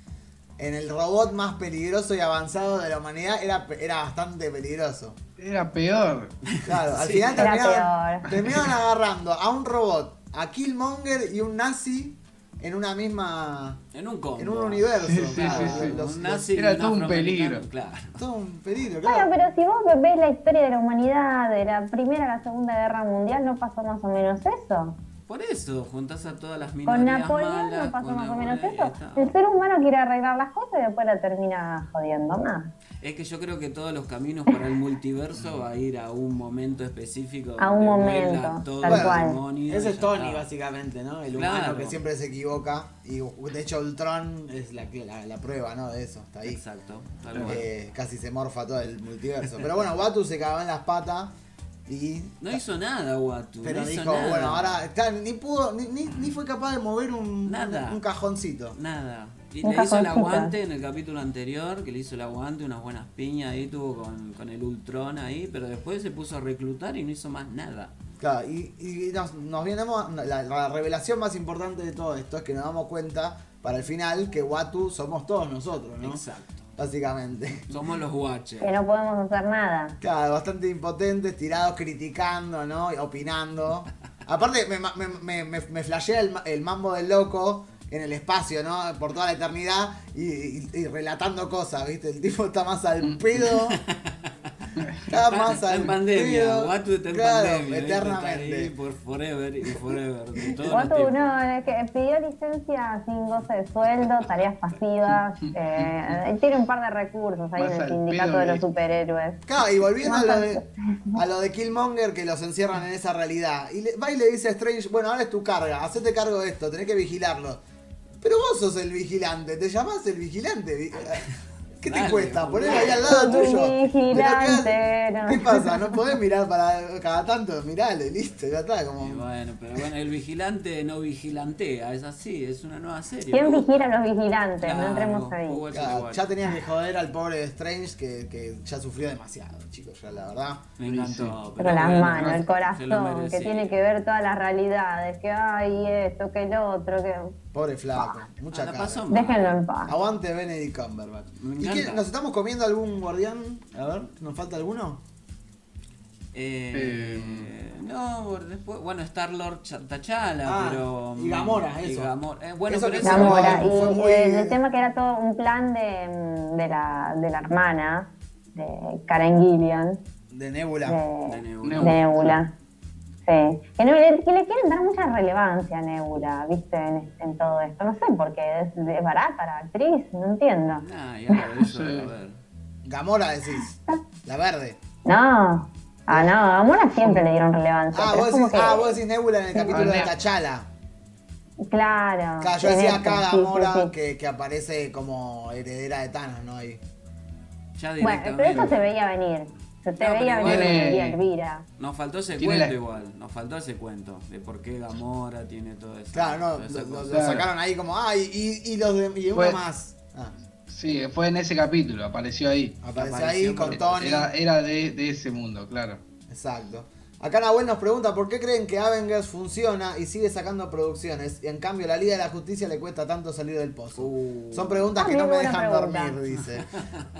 Speaker 2: en el robot más peligroso y avanzado de la humanidad era, pe- era bastante peligroso.
Speaker 3: Era peor.
Speaker 2: Claro, al final
Speaker 4: Era
Speaker 2: terminaron,
Speaker 4: peor.
Speaker 2: terminaron agarrando a un robot, a Killmonger y un nazi en una misma...
Speaker 1: En un combo.
Speaker 2: en un universo.
Speaker 3: Sí, sí,
Speaker 2: claro.
Speaker 3: sí, sí.
Speaker 2: Los-
Speaker 1: Un
Speaker 2: los-
Speaker 1: nazi y
Speaker 3: era todo un
Speaker 1: afroamericano,
Speaker 3: peligro.
Speaker 1: Claro.
Speaker 2: todo un peligro,
Speaker 4: Bueno,
Speaker 2: claro.
Speaker 4: pero si vos ves la historia de la humanidad, de la Primera a la Segunda Guerra Mundial, ¿no pasó más o menos eso?
Speaker 1: Por eso, juntás a todas las minorías
Speaker 4: Con Napoleón
Speaker 1: malas,
Speaker 4: no pasó
Speaker 1: con
Speaker 4: más o menos
Speaker 1: Napoleón,
Speaker 4: eso.
Speaker 1: ahí está.
Speaker 4: El ser humano quiere arreglar las cosas y después la termina jodiendo más.
Speaker 1: Es que yo creo que todos los caminos para el multiverso va a ir a un momento específico.
Speaker 4: A un
Speaker 1: donde
Speaker 4: momento,
Speaker 1: vuela todo
Speaker 4: tal
Speaker 1: el
Speaker 4: cual.
Speaker 1: demonio y
Speaker 2: Ese es
Speaker 1: ya
Speaker 2: Tony,
Speaker 1: está.
Speaker 2: básicamente, ¿no? El
Speaker 1: Claro.
Speaker 2: humano que siempre se equivoca. Y de hecho, Ultron es la, la, la prueba, ¿no? De eso, está ahí.
Speaker 1: Exacto, tal cual.
Speaker 2: Eh, casi se morfa todo el multiverso. Pero bueno, Watu se cagó en las patas y.
Speaker 1: No hizo nada, Watu.
Speaker 2: Pero
Speaker 1: no hizo
Speaker 2: dijo,
Speaker 1: nada.
Speaker 2: bueno, ahora está, ni pudo, ni, ni, ni fue capaz de mover un,
Speaker 1: Nada.
Speaker 2: un cajoncito.
Speaker 1: Nada. Y
Speaker 4: Un
Speaker 1: le hizo el
Speaker 4: cajoncito.
Speaker 1: aguante en el capítulo anterior, que le hizo el aguante, unas buenas piñas ahí tuvo con, con el Ultron ahí, pero después se puso a reclutar y no hizo más nada.
Speaker 2: Claro, y, y nos, nos vienemos- la, la revelación más importante de todo esto es que nos damos cuenta para el final que Watu somos todos nosotros, ¿no?
Speaker 1: Exacto.
Speaker 2: Básicamente.
Speaker 1: Somos los Watchers.
Speaker 4: Que no podemos hacer nada.
Speaker 2: Claro, bastante impotentes, tirados, criticando, ¿no? Y Opinando. Aparte, me, me, me, me- me flashea el, ma- el mambo del loco en el espacio, ¿no? Por toda la eternidad y, y- y relatando cosas, ¿viste? El tipo está más al pedo. Está
Speaker 1: Está-
Speaker 2: más
Speaker 1: está
Speaker 2: al
Speaker 1: en pandemia,
Speaker 2: pedo.
Speaker 1: Watu está en
Speaker 2: claro,
Speaker 1: pandemia. ¿viste? Está ahí
Speaker 2: eternamente.
Speaker 1: por forever y forever. de todos los
Speaker 4: Watu
Speaker 1: tipos.
Speaker 4: no, es que pidió licencia sin goce de sueldo, tareas pasivas, eh, tiene un par de recursos ahí
Speaker 3: Más
Speaker 4: en el
Speaker 3: al
Speaker 4: sindicato
Speaker 3: pedo este.
Speaker 4: de
Speaker 3: que-
Speaker 4: los superhéroes.
Speaker 2: Claro, y volviendo a lo, de, a lo de Killmonger que los encierran en esa realidad. Y le, va y le dice a Strange, bueno, ahora es tu carga, hacete cargo de esto, tenés que vigilarlo. Pero vos sos el vigilante, te llamás el vigilante. vi- ¿Qué te
Speaker 1: Dale,
Speaker 2: cuesta?
Speaker 1: boludo.
Speaker 2: Poner ahí al lado
Speaker 4: Sos un
Speaker 2: tuyo. Te la quedás-
Speaker 4: vigilante, no.
Speaker 2: ¿Qué pasa? No podés mirar para cada tanto, mirale, listo, ya está,
Speaker 1: Y
Speaker 2: como.
Speaker 1: bueno, pero bueno, el vigilante no vigilantea, es así, es una nueva serie.
Speaker 4: ¿Quién
Speaker 1: Me gusta.
Speaker 4: vigila a los vigilantes? no
Speaker 1: Claro,
Speaker 4: entremos
Speaker 1: muy
Speaker 4: ahí.
Speaker 1: bueno,
Speaker 2: Claro,
Speaker 1: muy bueno.
Speaker 2: ya tenías que joder al pobre Strange que, que ya sufrió demasiado, chicos, ya la verdad.
Speaker 1: Me encantó.
Speaker 4: Pero las
Speaker 1: bueno,
Speaker 4: manos, el
Speaker 1: se Eh, lo
Speaker 4: corazón, que
Speaker 1: merecía.
Speaker 4: tiene que ver todas las realidades, que hay esto, que el otro, que...
Speaker 2: Pobre flaco, mucha
Speaker 1: Ah, la
Speaker 2: cara.
Speaker 1: pasó mal.
Speaker 4: Déjenlo en paz.
Speaker 2: Aguante Benedict Cumberbatch.
Speaker 1: Me
Speaker 2: ¿Y qué?
Speaker 1: encanta.
Speaker 2: ¿Nos estamos comiendo algún guardián? A ver, ¿nos falta alguno?
Speaker 1: Eh, No, por después, bueno, Star-Lord Ch- T'Challa,
Speaker 2: Ah,
Speaker 1: pero... mm,
Speaker 2: y Gamora, eso.
Speaker 1: Y Gamora. Eh, bueno,
Speaker 2: Eso
Speaker 1: pero
Speaker 2: que
Speaker 1: eso-
Speaker 2: se
Speaker 4: Gamora. eh.
Speaker 2: fue- fue
Speaker 4: Y,
Speaker 2: muy-
Speaker 4: y el, tema que era todo un plan de, mm, de la, de la hermana, de Karen Gillian,
Speaker 2: De Nebula.
Speaker 4: de-
Speaker 1: De Nebula.
Speaker 4: de Nebula. Sí. Que, no- le, que le quieren dar mucha relevancia a Nebula, ¿viste? En, en todo esto. No sé, porque es, es barata la actriz, no entiendo.
Speaker 1: Nah, y algo de eso,
Speaker 3: Sí.
Speaker 1: a ver.
Speaker 2: Gamora decís. La verde.
Speaker 4: No. Ah, no, a Mona siempre le dieron relevancia.
Speaker 2: Ah
Speaker 4: pero
Speaker 2: vos,
Speaker 4: es como
Speaker 2: decís,
Speaker 4: que-
Speaker 2: ah, vos decís Nebula en el capítulo de
Speaker 3: Ah,
Speaker 2: Tachala.
Speaker 4: Claro.
Speaker 2: Claro, yo
Speaker 4: en
Speaker 2: decía
Speaker 4: eso,
Speaker 2: acá
Speaker 4: sí, sí,
Speaker 2: Gamora
Speaker 4: sí.
Speaker 2: Que, que aparece como heredera de Thanos, ¿no? Ahí.
Speaker 1: Ya
Speaker 4: Bueno,
Speaker 1: directamente.
Speaker 4: pero eso se veía venir. Se te
Speaker 1: No, pero
Speaker 4: veía venir
Speaker 1: igual,
Speaker 4: que sería
Speaker 3: eh,
Speaker 4: Elvira.
Speaker 1: Nos faltó ese
Speaker 3: Tiene
Speaker 1: cuento
Speaker 3: la-
Speaker 1: igual, nos faltó ese cuento de por qué Gamora tiene todo eso.
Speaker 2: Claro, no,
Speaker 1: toda
Speaker 2: lo,
Speaker 1: esa
Speaker 2: lo-
Speaker 1: cosa.
Speaker 2: lo sacaron ahí como, ah, y, y, y los de, y uno
Speaker 3: Fue-
Speaker 2: más. Ah,
Speaker 3: Sí, fue en ese capítulo, apareció ahí.
Speaker 2: aparece
Speaker 1: Apareció
Speaker 2: ahí con
Speaker 1: porque
Speaker 2: Tony.
Speaker 3: Era, era de, de ese mundo, claro.
Speaker 2: Exacto. Acá Nahuel nos pregunta por qué creen que Avengers funciona y sigue sacando producciones y en cambio la Liga de la Justicia le cuesta tanto salir del pozo.
Speaker 1: Uh.
Speaker 2: Son preguntas que
Speaker 4: Ah,
Speaker 2: no me
Speaker 4: muy buena
Speaker 2: dejan
Speaker 4: pregunta.
Speaker 2: dormir, dice.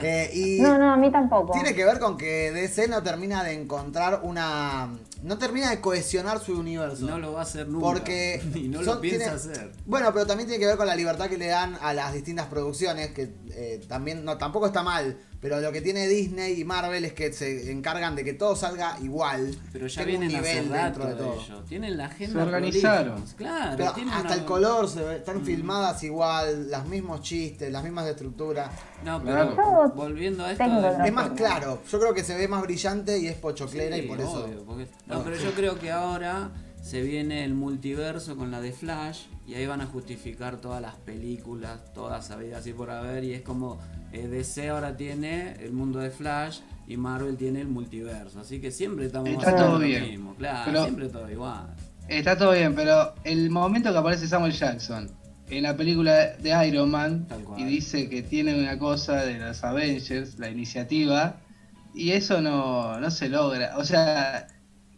Speaker 2: Eh, y
Speaker 4: No, no, a mí tampoco.
Speaker 2: tiene que ver con que DC no termina de encontrar una... No termina de cohesionar su universo.
Speaker 1: No lo va a hacer nunca.
Speaker 2: Uh, Porque
Speaker 1: Y no
Speaker 2: son-
Speaker 1: lo piensa
Speaker 2: tiene-
Speaker 1: hacer.
Speaker 2: Bueno, pero también tiene que ver con la libertad que le dan a las distintas producciones, que eh, también no tampoco está mal, pero lo que tiene Disney y Marvel es que se encargan de que todo salga igual.
Speaker 1: Pero ya
Speaker 2: Tenga un
Speaker 1: vienen hace
Speaker 2: nivel
Speaker 1: rato de ello. Tienen la agenda.
Speaker 3: Se organizaron.
Speaker 1: prolija. Claro.
Speaker 2: Pero
Speaker 1: tienen
Speaker 2: hasta
Speaker 1: una-
Speaker 2: el color se ve- están filmadas igual, los mismos chistes, las mismas estructuras.
Speaker 1: No, pero
Speaker 4: Claro.
Speaker 1: volviendo a esto.
Speaker 4: Tengo
Speaker 1: del-
Speaker 4: la-
Speaker 2: Es más claro, yo creo que se ve más brillante y es pochoclera y
Speaker 1: Sí,
Speaker 2: por
Speaker 1: obvio,
Speaker 2: eso.
Speaker 1: porque- No, pero yo creo que ahora se viene el multiverso con la de Flash y ahí van a justificar todas las películas, todas sabidas y por haber. Y es como eh, DC ahora tiene el mundo de Flash y Marvel tiene el multiverso. Así que siempre estamos
Speaker 3: Está
Speaker 1: haciendo
Speaker 3: todo
Speaker 1: lo
Speaker 3: bien.
Speaker 1: mismo, claro,
Speaker 3: Pero-
Speaker 1: siempre todo igual.
Speaker 3: Está todo bien, pero el momento que aparece Samuel Jackson en la película de Iron Man
Speaker 1: Tal cual.
Speaker 3: y dice que tiene una cosa de los Avengers, la iniciativa, y eso no, no se logra. O sea,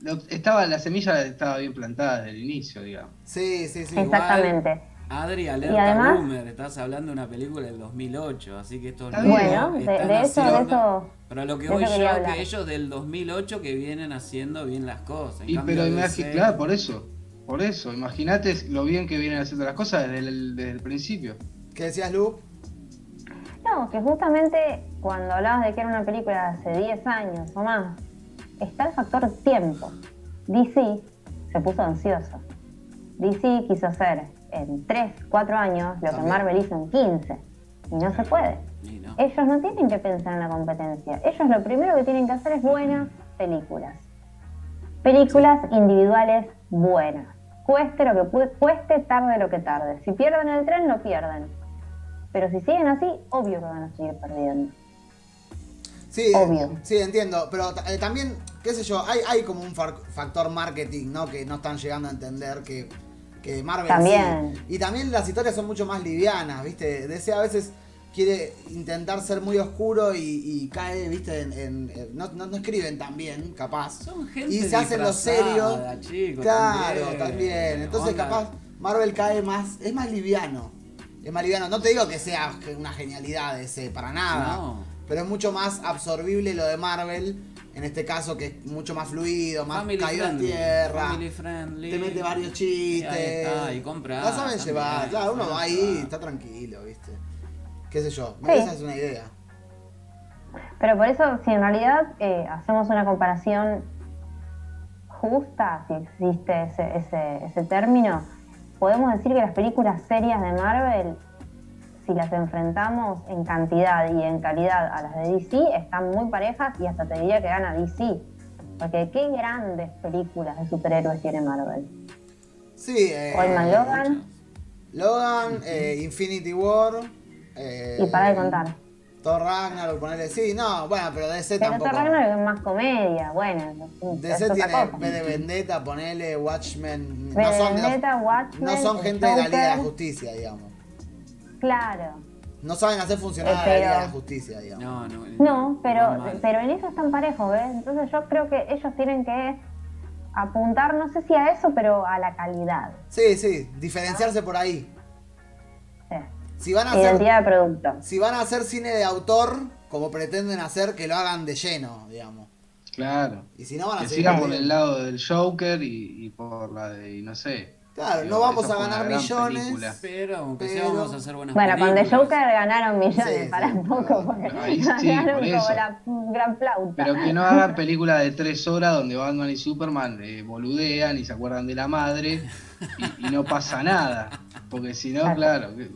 Speaker 3: lo- estaba la semilla estaba bien plantada desde el inicio, digamos.
Speaker 2: Sí, sí, sí.
Speaker 1: igual.
Speaker 4: Exactamente.
Speaker 1: Adri, alerta
Speaker 4: además-
Speaker 1: boomer, estás hablando de una película del 2008, así que esto
Speaker 3: Está bien.
Speaker 4: Bueno, de-
Speaker 1: están
Speaker 4: de eso- de
Speaker 1: haciendo-
Speaker 4: eso-
Speaker 1: Pero lo que
Speaker 4: de
Speaker 1: voy
Speaker 4: eso
Speaker 1: yo,
Speaker 4: quería
Speaker 1: que
Speaker 4: hablar.
Speaker 1: ellos del 2008 que vienen haciendo bien las cosas. En
Speaker 3: Y
Speaker 1: cambio, DC,
Speaker 3: pero imagi- claro, por eso, por eso, imagínate lo bien que vienen haciendo las cosas desde el, desde el principio.
Speaker 2: ¿Qué decías, Lu?
Speaker 4: No, que justamente cuando hablabas de que era una película de hace 10 años o más, está el factor tiempo. DC se puso ansioso. DC quiso hacer en 3, 4 años lo que
Speaker 2: También.
Speaker 4: Marvel hizo en 15. Y no se puede.
Speaker 1: y
Speaker 2: Eh,
Speaker 1: no.
Speaker 4: Ellos no tienen que pensar en la competencia. Ellos lo primero que tienen que hacer es buenas películas. Películas individuales buenas. Cueste lo que pu- cueste, tarde lo que tarde. Si pierden el tren, lo pierden. Pero si siguen así, obvio que van a seguir perdiendo.
Speaker 2: Sí,
Speaker 4: Obvio.
Speaker 2: sí, entiendo. Pero ta- eh, también, qué sé yo, hay, hay como un far- factor marketing, ¿no? Que no están llegando a entender que, que Marvel.
Speaker 4: También.
Speaker 2: sí. Y también las historias son mucho más livianas, ¿viste? DC a veces quiere intentar ser muy oscuro y, y cae, ¿viste? En, en- en- no, no, no escriben tan bien, capaz.
Speaker 1: Son gente
Speaker 2: y se hacen los serios.
Speaker 1: disfrazada, chicos,
Speaker 2: claro,
Speaker 1: también.
Speaker 2: también. Entonces,
Speaker 1: Onda.
Speaker 2: capaz, Marvel cae más. Es más liviano. Es más liviano. No te digo que sea una genialidad DC, para nada.
Speaker 1: No.
Speaker 2: Pero es mucho más absorbible lo de Marvel. En este caso, que es mucho más fluido, más
Speaker 1: Family
Speaker 2: caído
Speaker 1: friendly,
Speaker 2: en tierra.
Speaker 1: family friendly.
Speaker 2: Te mete varios
Speaker 1: Y
Speaker 2: chistes.
Speaker 1: ahí está, y compra.
Speaker 2: La saben llevar. Claro, uno va ahí, está tranquilo, ¿viste? Qué sé yo. Mira,
Speaker 4: Sí.
Speaker 2: Esa es una idea.
Speaker 4: Pero por eso, si en realidad eh, hacemos una comparación justa, si existe ese, ese, ese término, podemos decir que las películas serias de Marvel, si las enfrentamos en cantidad y en calidad a las de DC, están muy parejas y hasta te diría que gana DC. Porque qué grandes películas de superhéroes tiene Marvel.
Speaker 2: Sí, eh,
Speaker 4: Oldman Logan
Speaker 2: Logan, eh, Infinity War. eh,
Speaker 4: y para de contar.
Speaker 2: Thor Ragnarok, ponerle. Sí, no, bueno, pero DC
Speaker 4: Pero
Speaker 2: tampoco.
Speaker 4: Thor Ragnarok es más comedia, bueno. es
Speaker 2: DC
Speaker 4: otra
Speaker 2: tiene
Speaker 4: cosa.
Speaker 2: V de Vendetta, ponele Watchmen.
Speaker 4: V
Speaker 2: no
Speaker 4: de
Speaker 2: son, de los-
Speaker 4: Vendetta, Watchmen,
Speaker 2: no son gente de la
Speaker 4: Joker.
Speaker 2: Liga de la Justicia, digamos.
Speaker 4: Claro.
Speaker 2: No saben hacer funcionar
Speaker 4: Eh,
Speaker 2: a la Liga
Speaker 4: pero-
Speaker 2: de la Justicia, digamos.
Speaker 1: No, eh, no.
Speaker 4: No, pero,
Speaker 1: van mal.
Speaker 4: pero en eso están parejos, ¿ves? Entonces yo creo que ellos tienen que apuntar, no sé si a eso, pero a la calidad.
Speaker 2: Sí, sí, diferenciarse por ahí.
Speaker 4: o sea,
Speaker 2: Si van a hacer,
Speaker 4: Identidad de producto.
Speaker 2: si van a hacer cine de autor, como pretenden hacer, que lo hagan de lleno, digamos.
Speaker 3: Claro.
Speaker 2: Y si
Speaker 1: Ah,
Speaker 2: no van a
Speaker 3: Que
Speaker 2: seguir
Speaker 3: sigan por
Speaker 2: perdiendo.
Speaker 3: el lado del Joker y, y por la de, no sé.
Speaker 2: Claro,
Speaker 3: Digo,
Speaker 2: no vamos
Speaker 3: esa
Speaker 2: a
Speaker 3: fue una
Speaker 2: ganar
Speaker 3: gran
Speaker 2: millones.
Speaker 1: Pero, aunque sea,
Speaker 2: Pero-
Speaker 1: vamos a hacer buenas
Speaker 4: Bueno, con The
Speaker 1: películas.
Speaker 4: Joker ganaron millones,
Speaker 2: Sí,
Speaker 4: para
Speaker 2: sí.
Speaker 4: un poco, porque
Speaker 3: Ahí sí,
Speaker 4: ganaron
Speaker 3: por
Speaker 4: como
Speaker 3: eso.
Speaker 4: la gran flauta.
Speaker 3: Pero que no hagan películas de tres horas donde Batman y Superman eh, boludean y se acuerdan de la madre y, y no pasa nada. Porque si no, claro. que-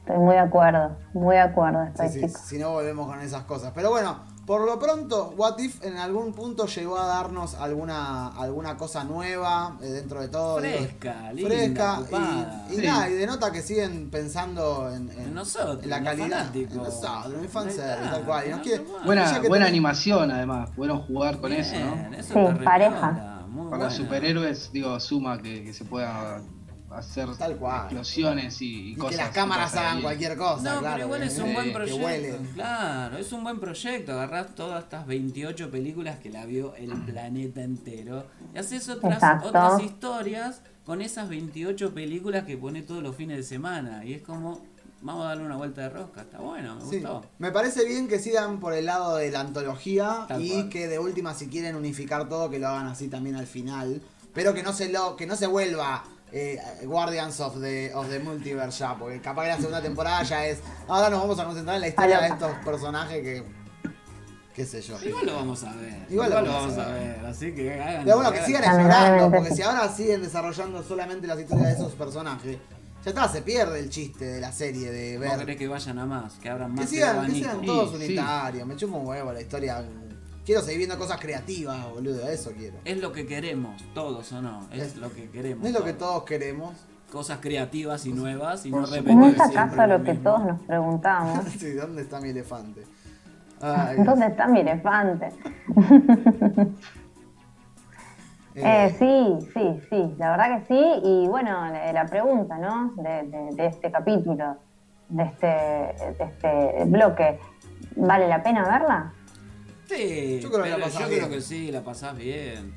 Speaker 4: Estoy muy de acuerdo, muy de acuerdo estoy,
Speaker 2: Sí, sí,
Speaker 4: chicos.
Speaker 2: si no volvemos con esas cosas. Pero bueno, por lo pronto, What If en algún punto llegó a darnos alguna, alguna cosa nueva eh, dentro de todo. dentro de-
Speaker 1: Fresca, linda,
Speaker 2: fresca.
Speaker 1: copada.
Speaker 2: Y, y
Speaker 3: Sí.
Speaker 2: nada, y denota que siguen pensando en, en-
Speaker 1: En nosotros,
Speaker 2: en la
Speaker 1: en los
Speaker 2: calidad.
Speaker 1: fanáticos.
Speaker 2: En nosotros, en el fanservice,
Speaker 1: Ahí está,
Speaker 2: tal cual. Y nos
Speaker 1: no
Speaker 2: quiere-
Speaker 1: te muevas.
Speaker 2: y ya
Speaker 3: Buena,
Speaker 2: que
Speaker 3: buena
Speaker 2: tenés-
Speaker 3: animación, además. Pudieron jugar con eso, ¿no?
Speaker 1: Bien, eso
Speaker 4: Sí,
Speaker 1: está re
Speaker 4: pareja.
Speaker 1: piola, Muy
Speaker 3: Para
Speaker 1: buena.
Speaker 3: los superhéroes, digo, suma que, que se pueda hacer
Speaker 2: Tal cual.
Speaker 3: explosiones y, y
Speaker 2: Y
Speaker 3: cosas.
Speaker 2: que las cámaras
Speaker 3: súper
Speaker 2: hagan
Speaker 3: bien.
Speaker 2: cualquier cosa.
Speaker 1: No,
Speaker 2: claro,
Speaker 1: pero igual
Speaker 2: que-
Speaker 1: es un buen
Speaker 2: que
Speaker 1: proyecto.
Speaker 2: huelen.
Speaker 1: Claro, es un buen proyecto. Agarrás todas estas 28 películas que la vio el
Speaker 2: Mm.
Speaker 1: planeta entero y haces otras,
Speaker 4: Exacto.
Speaker 1: otras historias con esas 28 películas que pone todos los fines de semana. Y es como, vamos a darle una vuelta de rosca. Está bueno, me
Speaker 2: Sí.
Speaker 1: gustó.
Speaker 2: Me parece bien que sigan por el lado de la antología
Speaker 1: Tal
Speaker 2: y
Speaker 1: cual.
Speaker 2: que de última si quieren unificar todo que lo hagan así también al final, pero que no se lo que no se vuelva eh, Guardians of the of the Multiverse ya, porque capaz que la segunda temporada ya es ahora nos vamos a concentrar en la historia de estos personajes que qué sé yo.
Speaker 1: Igual lo vamos a ver.
Speaker 2: Igual lo vamos a
Speaker 1: ver. Así que hagan.
Speaker 2: Pero bueno,
Speaker 1: lo
Speaker 2: que
Speaker 1: hagan.
Speaker 2: sigan
Speaker 4: Lamentablemente
Speaker 2: explorando, porque
Speaker 4: sí.
Speaker 2: si ahora siguen desarrollando solamente las historias de esos personajes, ya está, se pierde el chiste de la serie de
Speaker 1: No
Speaker 2: ver
Speaker 1: querés que vayan a más, que abran
Speaker 2: Que
Speaker 1: más
Speaker 2: sean, que
Speaker 1: abanico.
Speaker 2: sean
Speaker 3: Sí,
Speaker 2: todos
Speaker 3: sí.
Speaker 2: unitarios, me chupa un huevo la historia. Quiero seguir viendo cosas creativas, boludo, eso quiero.
Speaker 1: Es lo que queremos, todos o no. Es,
Speaker 2: Es-
Speaker 1: lo que queremos.
Speaker 2: No es lo que
Speaker 1: todos.
Speaker 2: todos queremos.
Speaker 1: Cosas creativas y nuevas y
Speaker 3: Por
Speaker 1: no
Speaker 3: supuesto.
Speaker 4: ¿No
Speaker 1: repetir
Speaker 4: es acaso
Speaker 1: siempre
Speaker 4: lo que
Speaker 1: mismo.
Speaker 4: todos nos preguntamos?
Speaker 2: Sí, ¿dónde está mi elefante? Ay,
Speaker 4: ¿Dónde está mi elefante? Eh,
Speaker 2: eh,
Speaker 4: sí, sí, sí, la verdad que sí. Y bueno, la, la pregunta, ¿no? De, de- de este capítulo, de este, de este bloque, ¿vale la pena verla?
Speaker 1: Sí,
Speaker 2: Yo creo que la
Speaker 1: pero
Speaker 2: pasás
Speaker 1: yo
Speaker 2: bien.
Speaker 1: creo que sí, la pasás bien.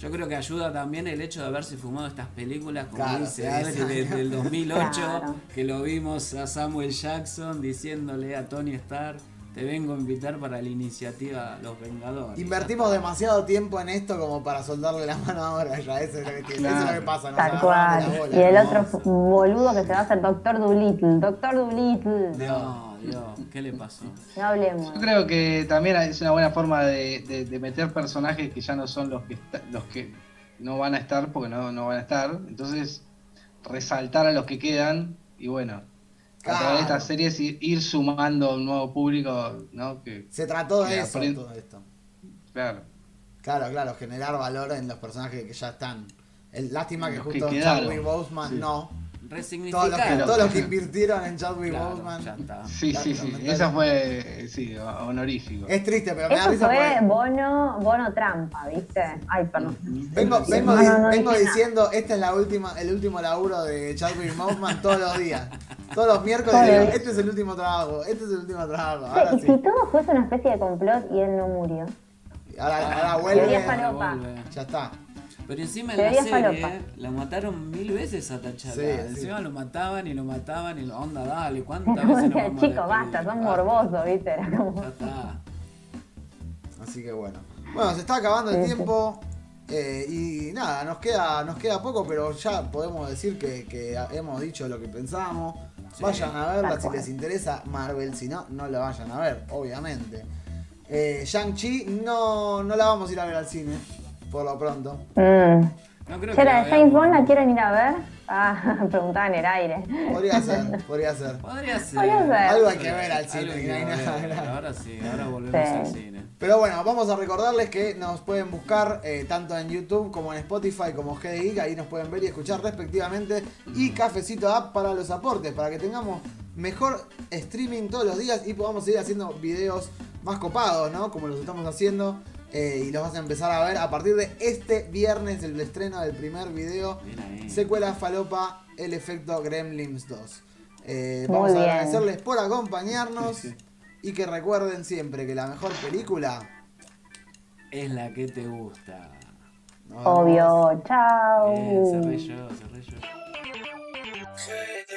Speaker 1: Yo creo que ayuda también el hecho de haberse fumado estas películas, como
Speaker 2: Claro,
Speaker 1: dice
Speaker 2: hace
Speaker 1: Adri, de-
Speaker 2: años.
Speaker 1: del 2008,
Speaker 4: Claro.
Speaker 1: que lo vimos a Samuel Jackson diciéndole a Tony Stark, te vengo a invitar para la iniciativa Los Vengadores.
Speaker 2: Invertimos demasiado tiempo en esto como para soldarle la mano ahora ya, eso es lo que, tiene- eso es lo que
Speaker 3: Claro.
Speaker 2: pasa, nos
Speaker 4: Tal
Speaker 2: agarramos de
Speaker 4: cual.
Speaker 2: la bola,
Speaker 4: Y el
Speaker 2: Ah, ¿no?
Speaker 4: otro f- boludo que se va a hacer Doctor Dolittle. Doctor Dolittle.
Speaker 1: No, Dios, ¿qué le pasó?
Speaker 4: No hablemos.
Speaker 3: Yo creo que también es una buena forma de, de- de meter personajes que ya no son los que est- los que no van a estar porque no, no van a estar. Entonces, resaltar a los que quedan y bueno, a través
Speaker 2: Claro.
Speaker 3: de estas series ir, ir sumando a un nuevo público, ¿no? Que,
Speaker 2: Se trató de
Speaker 3: Mira,
Speaker 2: eso,
Speaker 3: por el-
Speaker 2: todo esto.
Speaker 3: claro.
Speaker 2: Claro, claro, generar valor en los personajes que ya están. El, lástima que
Speaker 3: Los que
Speaker 2: justo
Speaker 3: quedaron.
Speaker 2: Chadwick Boseman
Speaker 3: Sí.
Speaker 2: no. Todos los, que,
Speaker 1: Resignificar.
Speaker 2: todos los que invirtieron en Chadwick
Speaker 1: Claro,
Speaker 2: Boseman.
Speaker 1: ya está.
Speaker 3: Sí, sí, sí.
Speaker 2: Exactamente.
Speaker 3: Eso fue, sí, honorífico.
Speaker 2: Es triste, pero me da
Speaker 4: Eso
Speaker 2: risa
Speaker 4: fue
Speaker 2: porque
Speaker 4: bono, bono trampa, ¿viste? Ay, perdón.
Speaker 2: vengo, vengo,
Speaker 4: No,
Speaker 2: di-
Speaker 4: no, no
Speaker 2: vengo
Speaker 4: dije nada.
Speaker 2: diciendo, este es la última, el último laburo de Chadwick Boseman todos los días. Todos los miércoles
Speaker 4: Todos los
Speaker 2: digo,
Speaker 4: días.
Speaker 2: este es el último trabajo, este es el último trabajo.
Speaker 4: Che,
Speaker 2: Ahora
Speaker 4: y
Speaker 2: sí.
Speaker 4: si todo fuese una especie de complot y él no murió.
Speaker 2: Ahora, ahora
Speaker 4: Sería
Speaker 2: vuelve.
Speaker 4: falopa.
Speaker 2: Ya está.
Speaker 1: Pero encima en
Speaker 4: Te
Speaker 1: la
Speaker 4: veía
Speaker 1: serie
Speaker 4: falopa.
Speaker 1: la mataron mil veces a T'Challa.
Speaker 2: Sí, sí.
Speaker 1: Encima lo mataban y lo mataban y lo onda, dale,
Speaker 4: O
Speaker 1: ¿cuántas veces nos
Speaker 4: sea,
Speaker 1: vamos a
Speaker 4: chico, basta,
Speaker 1: despedir?
Speaker 2: ah.
Speaker 4: son
Speaker 1: Basta.
Speaker 4: morbosos, ¿viste? Era como...
Speaker 1: Ya está.
Speaker 2: Así que bueno. Bueno, se está acabando el
Speaker 4: Sí, sí.
Speaker 2: tiempo. eh, y nada, nos queda, nos queda poco, pero ya podemos decir que, que hemos dicho lo que pensábamos.
Speaker 1: Sí.
Speaker 2: Vayan a verla
Speaker 4: Tal
Speaker 2: si
Speaker 4: cual.
Speaker 2: les interesa Marvel, si no, no la vayan a ver, obviamente. Eh, Shang-Chi no, no la vamos a ir a ver al cine, por lo pronto.
Speaker 4: Mm.
Speaker 1: No creo
Speaker 4: Che,
Speaker 1: que
Speaker 4: la
Speaker 1: la
Speaker 4: de James Bond la
Speaker 1: veamos.
Speaker 4: quieren ir a ver. Ah, preguntaba en el aire.
Speaker 2: Podría ser, podría ser.
Speaker 1: Podría ser.
Speaker 4: Podría ser.
Speaker 2: Algo hay que ver al
Speaker 1: Algo
Speaker 2: cine,
Speaker 1: hay que
Speaker 2: no hay
Speaker 1: ver.
Speaker 2: nada, nada.
Speaker 1: Ahora sí, ahora volvemos
Speaker 4: Sí.
Speaker 1: al cine.
Speaker 2: Pero bueno, vamos a recordarles que nos pueden buscar eh, tanto en YouTube como en Spotify como GDI, ahí nos pueden ver y escuchar respectivamente. Y Cafecito App para los aportes, para que tengamos mejor streaming todos los días y podamos seguir haciendo videos más copados, ¿no? Como los estamos haciendo. eh, y los vas a empezar a ver a partir de este viernes, el estreno del primer video.
Speaker 1: Bien ahí.
Speaker 2: Secuela Falopa, el efecto Gremlins 2. Eh,
Speaker 4: Muy
Speaker 2: vamos
Speaker 4: bien.
Speaker 2: a agradecerles por acompañarnos
Speaker 3: Sí, sí.
Speaker 2: y que recuerden siempre que la mejor película.
Speaker 1: Es la que te gusta.
Speaker 2: nos vemos.
Speaker 4: Obvio, chao.
Speaker 1: Bien, cerré yo, cerré yo.
Speaker 5: Hey,